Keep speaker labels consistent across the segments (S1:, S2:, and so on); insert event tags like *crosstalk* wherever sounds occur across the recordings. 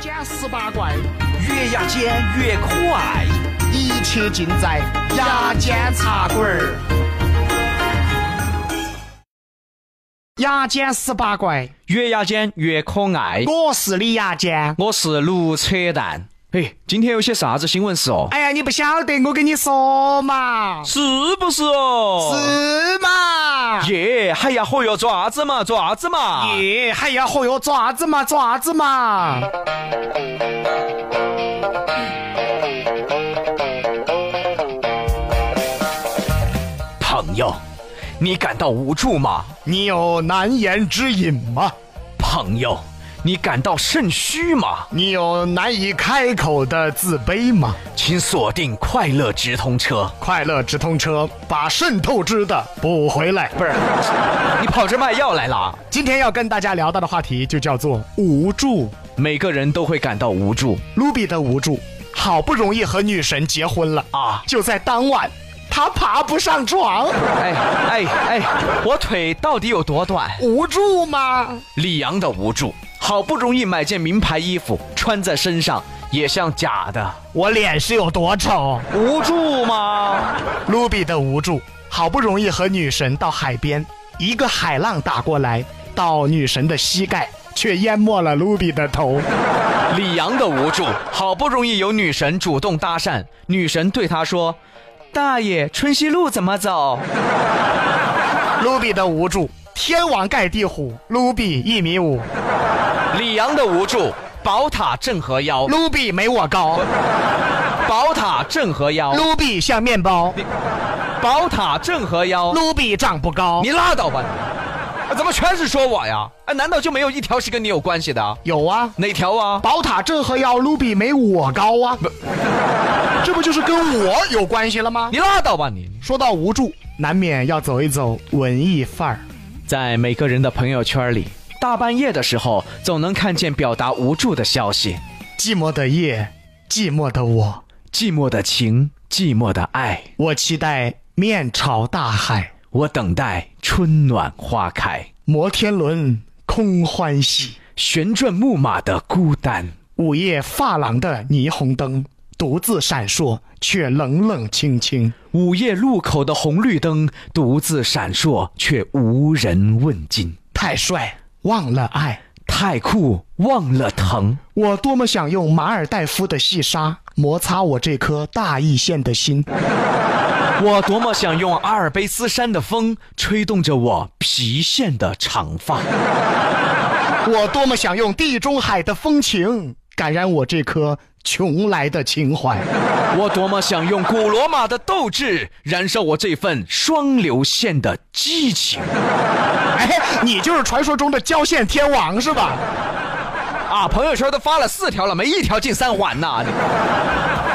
S1: 减十八怪，越牙尖越可爱，一切尽在牙尖茶馆儿。牙尖十八怪，
S2: 越牙尖越可爱。
S1: 我是李牙尖。
S2: 我是卢扯蛋。嘿，今天有些啥子新闻事哦？
S1: 哎呀，你不晓得，我跟你说嘛，
S2: 是不是哦？
S1: 是嘛？
S2: 耶，哎呀，嚯哟，爪子嘛，爪子嘛。
S1: 耶，还要喝哟，爪子嘛，爪子嘛。
S2: 朋友，你感到无助吗？
S1: 你有难言之隐吗？
S2: 朋友，你感到肾虚吗？
S1: 你有难以开口的自卑吗？
S2: 请锁定快乐直通车。
S1: 快乐直通车把肾透支的补回来。
S2: 不是，你跑这卖药来了啊？
S1: 今天要跟大家聊到的话题就叫做无助。
S2: 每个人都会感到无助
S1: 卢比的无助，好不容易和女神结婚了啊！
S2: 啊！
S1: 就在当晚，他爬不上床，
S2: 哎哎哎，我腿到底有多短？
S1: 无助吗？
S2: 李阳的无助，好不容易买件名牌衣服穿在身上，也像假的，
S1: 我脸是有多丑？
S2: 无助吗？
S1: 卢比的无助，好不容易和女神到海边，一个海浪打过来，到女神的膝盖，却淹没了卢比的头。
S2: 李阳的无助，好不容易有女神主动搭讪，女神对他说：“大爷，春熙路怎么走
S1: 卢比的无助，天王盖地虎，卢比一米五，？”
S2: 李阳的无助，宝塔镇河妖，
S1: 卢比没我高，
S2: 宝塔镇河妖，
S1: 卢比像面包，
S2: 宝塔镇河妖，
S1: 卢比长不高。
S2: 你拉倒吧你！啊怎么全是说我呀？啊，难道就没有一条是跟你有关系的啊？
S1: 有啊，
S2: 哪条啊？
S1: 宝塔镇河妖卢比没我高啊， *laughs* 这不就是跟我有关系了吗？
S2: 你拉倒吧你！
S1: 说到无助，难免要走一走文艺范儿。
S2: 在每个人的朋友圈里，大半夜的时候总能看见表达无助的消息，
S1: 寂寞的夜，寂寞的我，
S2: 寂寞的情，寂寞的爱，
S1: 我期待面朝大海，
S2: 我等待春暖花开，
S1: 摩天轮空欢喜，
S2: 旋转木马的孤单。
S1: 午夜发廊的霓虹灯独自闪烁，却冷冷清清。
S2: 午夜路口的红绿灯独自闪烁，却无人问津。
S1: 太帅，忘了爱。
S2: 太酷，忘了疼。
S1: 我多么想用马尔代夫的细沙摩擦我这颗大义县的心。
S2: 我多么想用阿尔卑斯山的风吹动着我郫县的长发。
S1: 我多么想用地中海的风情感染我这颗穷来的情怀。
S2: 我多么想用古罗马的斗志燃烧我这份双流线的激情
S1: 哎，你就是传说中的郊县天王是吧？
S2: 啊！朋友圈都发了四条了，没一条进三环呐！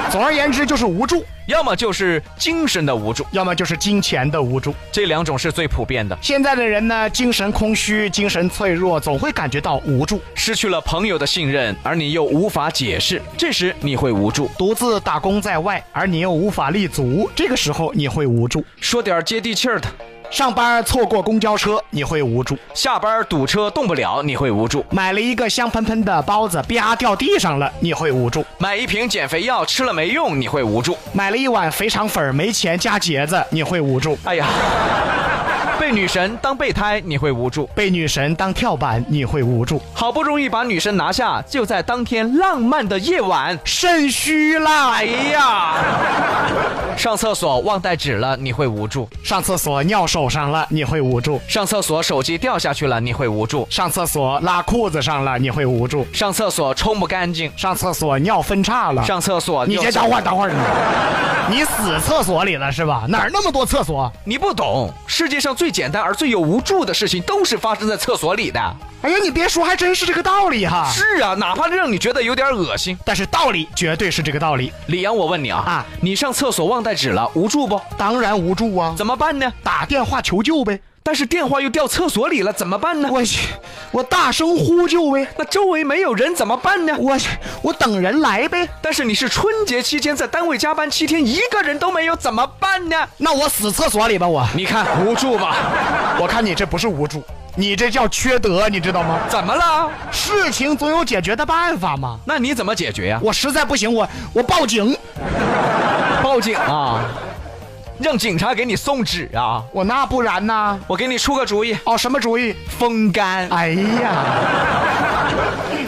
S1: 总而言之，就是无助，
S2: 要么就是精神的无助，
S1: 要么就是金钱的无助。
S2: 这两种是最普遍的。
S1: 现在的人呢，精神空虚、精神脆弱，总会感觉到无助。
S2: 失去了朋友的信任，而你又无法解释，这时你会无助。
S1: 独自打工在外，而你又无法立足，这个时候你会无助；
S2: 说点接地气儿的，
S1: 上班错过公交车，你会无助；
S2: 下班堵车动不了，你会无助。
S1: 买了一个香喷喷的包子，啪掉地上了，你会无助；
S2: 买一瓶减肥药吃了没用，你会无助。
S1: 买了一碗肥肠粉儿，没钱加茄子，你会无助；
S2: 哎呀，被女神当备胎，你会无助。
S1: 被女神当跳板，你会无助；
S2: 好不容易把女神拿下，就在当天浪漫的夜晚，
S1: 肾虚啦，
S2: 哎呀，上厕所忘带纸了，你会无助；
S1: 上厕所尿手上了，你会无助；
S2: 上厕所手机掉下去了，你会无助；
S1: 上厕所拉裤子上了，你会无助；
S2: 上厕所冲不干净，
S1: 上厕所尿分叉了。
S2: 上厕所
S1: 你
S2: 又
S1: 先等会儿，等会儿你，你死厕所里了是吧？哪儿那么多厕所？
S2: 你不懂，世界上最简单而最有无助的事情，都是发生在厕所里的。
S1: 哎呀，你别说，还真是这个道理哈。
S2: 是啊，哪怕让你觉得有点恶心。
S1: 但是道理绝对是这个道理，
S2: 李阳，我问你啊，
S1: 啊
S2: 你上厕所忘带纸了，无助不？
S1: 当然无助啊，
S2: 怎么办呢？
S1: 打电话求救呗。
S2: 但是电话又掉厕所里了，怎么办呢？
S1: 我去，我大声呼救呗。
S2: 那周围没有人怎么办呢？
S1: 我去，我等人来呗。
S2: 但是你是春节期间在单位加班七天，一个人都没有，怎么办呢？
S1: 那我死厕所里吧，我。
S2: 你看无助吧，
S1: 我看你这不是无助，你这叫缺德，你知道吗？
S2: *laughs* 怎么了？
S1: 事情总有解决的办法嘛。
S2: 那你怎么解决呀、啊
S1: 我实在不行，我我报警，
S2: 报警啊，让警察给你送纸啊！
S1: 我那不然呢？
S2: 我给你出个主意，
S1: 哦，什么主意？
S2: 风干。
S1: 哎呀，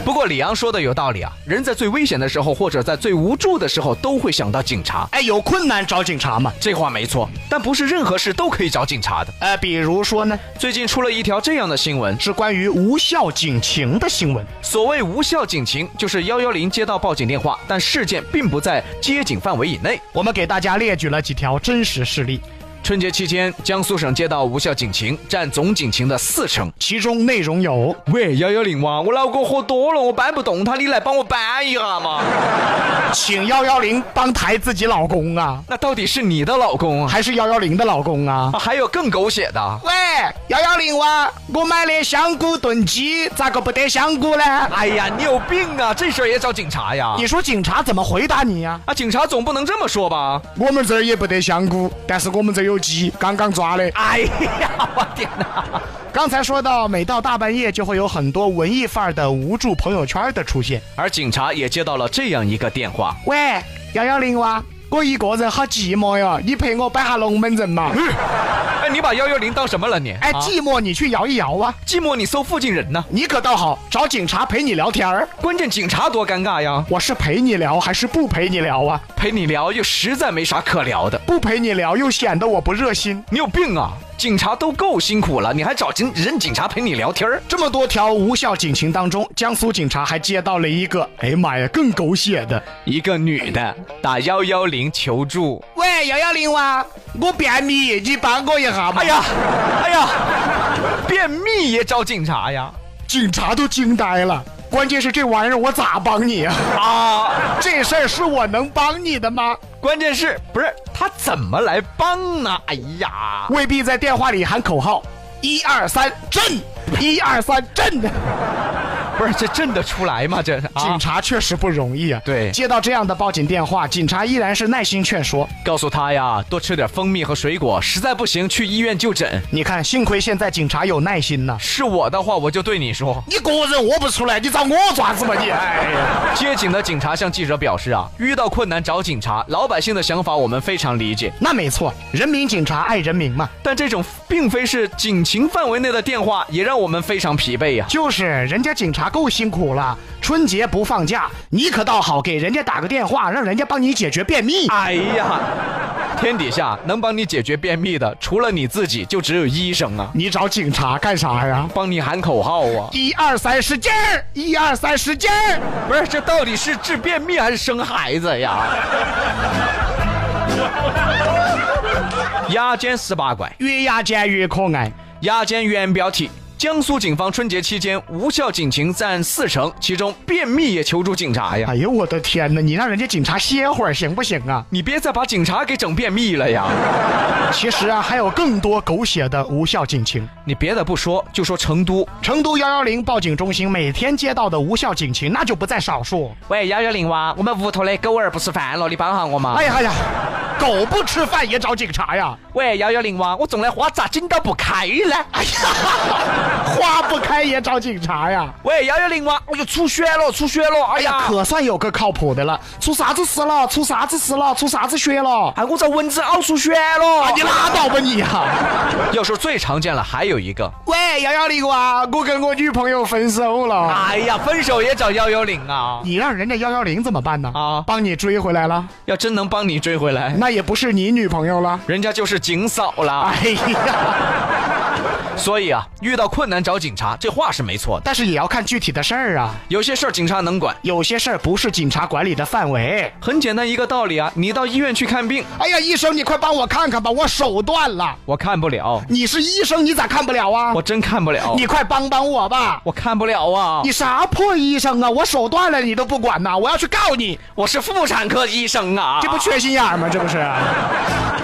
S2: 不过李阳说的有道理啊，人在最危险的时候，或者在最无助的时候，都会想到警察。
S1: 哎，有困难找警察嘛？
S2: 这话没错，但不是任何事都可以找警察的。
S1: 呃，比如说呢，
S2: 最近出了一条这样的新闻，
S1: 是关于无效警情的新闻。
S2: 所谓无效警情，就是幺幺零接到报警电话，但事件并不在接警范围以内。
S1: 我们给大家列举了几条真实事例，
S2: 春节期间，江苏省接到无效警情，占总警情的四成。
S1: 其中内容有
S2: 喂，幺幺零哇，我老公喝多了，我搬不动他，你来帮我搬一下嘛。
S1: 请幺幺零帮抬自己老公啊，
S2: *laughs* 那到底是你的老公啊？
S1: 还是幺幺零的老公啊？
S2: 啊还有更狗血的，
S1: 喂，幺幺零哇，我买的香菇炖鸡，咋个不得香菇呢？
S2: 哎呀，你有病啊！这事儿也找警察呀？
S1: 你说警察怎么回答你呀、
S2: 啊，警察总不能这么说吧？
S1: 我们这儿也不得香菇，但是我们这儿有鸡，刚刚抓的。
S2: 哎呀，我天哪！
S1: 刚才说到，每到大半夜就会有很多文艺范儿的无助朋友圈的出现。
S2: 而警察也接到了这样一个电话，
S1: 喂，幺幺零哇，我一个人好寂寞哟，你陪我摆下龙门阵嘛？
S2: 哎，你把幺幺零当什么了你？
S1: 哎，
S2: 啊
S1: 寂寞你去摇一摇啊！
S2: 寂寞你搜附近人呢？
S1: 你可倒好，找警察陪你聊天儿。
S2: 关键警察多尴尬呀，
S1: 我是陪你聊还是不陪你聊啊？
S2: 陪你聊又实在没啥可聊的。
S1: 不陪你聊又显得我不热心。
S2: 你有病啊！警察都够辛苦了，你还找警人警察陪你聊天儿？
S1: 这么多条无效警情当中，江苏警察还接到了一个，哎呀妈呀，更狗血的！
S2: 一个女的打幺幺零求助，
S1: 喂，幺幺零哇，我便秘，你帮我一下嘛！
S2: 哎呀，哎呀，便秘也找警察呀？
S1: 警察都惊呆了。关键是这玩意儿我咋帮你 *laughs* 啊？
S2: 啊，
S1: 这事儿是我能帮你的吗？
S2: 关键是不是他怎么来帮呢？哎呀，
S1: 未必在电话里喊口号，一二三震，一二三震。
S2: 不是这震得出来吗？这是
S1: 警
S2: 啊，
S1: 察确实不容易啊。
S2: 对
S1: 接到这样的报警电话，警察依然是耐心劝说。
S2: 告诉他呀，多吃点蜂蜜和水果，实在不行去医院就诊。
S1: 你看，幸亏现在警察有耐心呐、
S2: 是我的话，我就对你说。
S1: 你个人我不出来，你找我爪子嘛你？哎呀，
S2: 接警的警察向记者表示啊，遇到困难找警察，老百姓的想法我们非常理解，
S1: 那没错，人民警察爱人民嘛，
S2: 但这种并非是警情范围内的电话，也让我们非常疲惫呀、
S1: 就是人家警察够辛苦了，春节不放假，你可倒好，给人家打个电话，让人家帮你解决便秘。
S2: 哎呀，天底下能帮你解决便秘的，除了你自己，就只有医生啊，
S1: 你找警察干啥呀？
S2: 帮你喊口号啊。
S1: 一二三，使劲儿！一二三，使劲儿！
S2: 不是，这到底是治便秘还是生孩子呀？压尖十八拐。
S1: 越压尖越可爱。
S2: 压尖原标题：江苏警方春节期间无效警情占四成，其中便秘也求助警察呀！
S1: 哎呦我的天哪！你让人家警察歇会儿行不行啊？
S2: 你别再把警察给整便秘了呀！
S1: 其实啊，还有更多狗血的无效警情。
S2: 你别的不说，就说成都，
S1: 成都幺幺零报警中心每天接到的无效警情那就不在少数。
S2: 喂幺幺零哇，我们屋头的狗儿不吃饭了，你帮下我嘛
S1: 哎呀哎呀，狗不吃饭也找警察呀！
S2: 喂幺幺零哇，我种的花咋紧到不开呢？哎呀！
S1: 花不开也找警察呀！
S2: 喂幺幺零哇，我就出血了，出血了！哎
S1: 哎呀，
S2: 呀，
S1: 可算有个靠谱的了。出啥子事了？出啥子事了？出啥子血了？
S2: 哎，我遭蚊子咬出血了！
S1: 啊，你拉倒吧你呀、啊
S2: 要说最常见了，还有一个，
S1: *laughs* 喂，幺幺零哇，我跟我女朋友分手了。
S2: 哎呀，分手也找幺幺零啊！
S1: 你让人家幺幺零怎么办呢？
S2: 啊
S1: 帮你追回来了，
S2: 要真能帮你追回来，
S1: 那也不是你女朋友了。
S2: 人家就是警嫂啦。
S1: 哎呀，
S2: 所以啊，遇到困难找警察，这话是没错的。
S1: *laughs* 但是也要看具体的事儿啊，
S2: 有些事儿警察能管，
S1: 有些事儿不是警察管理的范围。
S2: 很简单一个道理啊。你到医院去看病，
S1: 哎呀，医生，你快帮我看看吧，我手断了。
S2: 我看不了，
S1: 你是医生，你咋看不了啊？
S2: 我真看不了，
S1: 你快帮帮我吧！
S2: 我看不了啊。
S1: 你啥破医生啊？我手断了你都不管呐、我要去告你，
S2: 我是妇产科医生啊，
S1: 这不缺心眼儿吗？这不是？啊